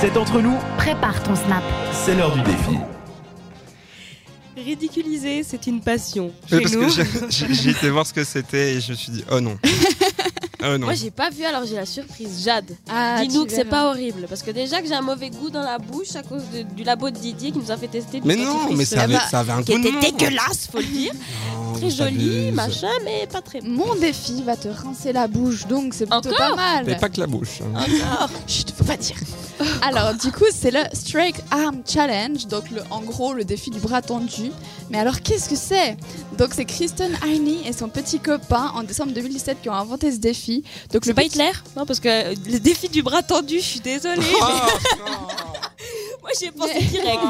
C'est entre nous, Prépare ton snap. c'est l'heure du défi. Ridiculiser, c'est une passion. Oui, Chez parce nous. que j'ai- j'ai j'ai été voir ce que c'était et je me suis dit, oh non. Oh non. Moi, j'ai pas vu, alors j'ai la surprise. Jade, Ah, dis-nous tu que c'est verras. pas horrible. Parce que déjà que j'ai un mauvais goût dans la bouche à cause de- du labo de Didier qui nous a fait tester. du Mais non, dentifrice, mais ça euh, avait, bah, ça avait un Qui goût de était mort. hein, dégueulasse, faut le dire. Non, Très je joli, t'abuse. machin, mais pas très bon. Mon défi va te rincer la bouche, donc c'est plutôt Encore pas mal. Mais pas que la bouche. Ah, hein. bah. Chut, faut pas dire. Alors, du coup, c'est le Straight Arm Challenge, donc le, en gros le défi du bras tendu. Mais alors, qu'est-ce que c'est Donc, c'est Kristen Arney et son petit copain en décembre 2017 qui ont inventé ce défi. Donc, C'est le pas but- Hitler Non, parce que euh, le défi du bras tendu, je suis désolée. Oh, Moi, j'ai pensé direct.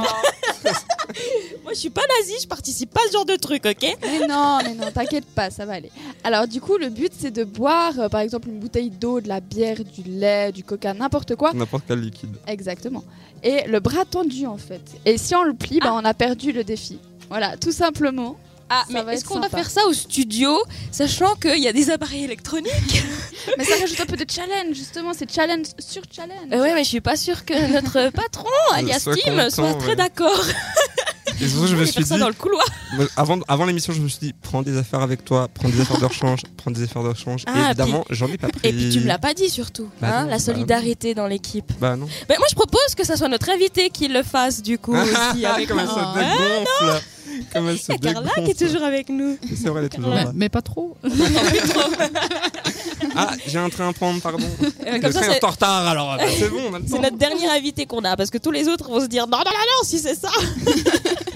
Moi, je suis pas nazie, je participe pas à ce genre de truc, ok Mais non, mais non, t'inquiète pas, ça va aller. Alors, du coup, le but, c'est de boire, euh, par exemple, une bouteille d'eau, de la bière, du lait, du coca, n'importe quoi. N'importe quel liquide. Exactement. Et le bras tendu, en fait. Et si on le plie, bah, on a perdu le défi. Voilà, tout simplement. Ah, Ça va mais est-ce être qu'on doit sympa. faire ça au studio, sachant qu'il y a des appareils électroniques Mais ça rajoute un peu de challenge, justement, c'est challenge sur challenge. Euh, Ouais, mais je suis pas sûre que notre patron, alias soit Tim, content, soit très ouais. d'accord. Et surtout, je On me va suis faire ça dit, dans le couloir. Moi, Avant, avant l'émission, je me suis dit, prends des affaires avec toi, prends des affaires de rechange, prends des affaires de rechange. Ah, et évidemment, j'en ai pas pris. Et puis tu me l'as pas dit surtout, Bah hein, non, la bah solidarité dans l'équipe. Bah non. Ah, Bah, moi je propose que ça soit notre invité qui le fasse du coup aussi avec Comme nous. elle se Hein dégonfle. Comme elle se Il y a Carla dégonfle. qui est toujours avec nous. C'est vrai, elle est toujours Mais, là. mais pas trop. Ah, j'ai un train à prendre, pardon. Euh, le comme ça train c'est est en retard, alors bah, c'est bon, on a le c'est temps. notre dernier invité qu'on a parce que tous les autres vont se dire non non non, non si c'est ça.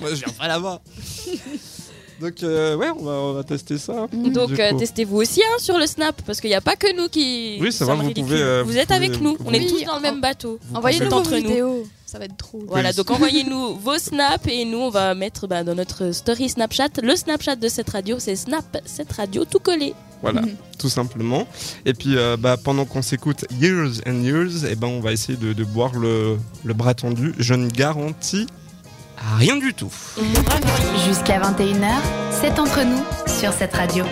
Moi, je viens pas là-bas. Donc, euh, ouais, on va, on va tester ça. hein, Donc Du euh, coup. testez-vous aussi hein, sur le snap parce qu'il n'y a pas que nous qui. Oui, c'est sommes vrai, vous ridicules. pouvez, euh, vous êtes vous avec pouvez- Ah. nous, on est Oui, tous dans le même bateau. Vous Envoyez-nous pouvez- vos entre nous. vidéos, ça va être drôle. Voilà, Oui. donc envoyez-nous vos snaps et nous on va mettre bah, dans notre story Snapchat le Snapchat de cette radio, c'est Snap cette radio tout collé. Voilà, Mhm. tout simplement. Et puis, euh, bah, pendant qu'on s'écoute Years and Years, eh ben, on va essayer de, de boire le, le bras tendu. Je ne garantis rien du tout. Jusqu'à 21h, c'est entre nous sur cette radio.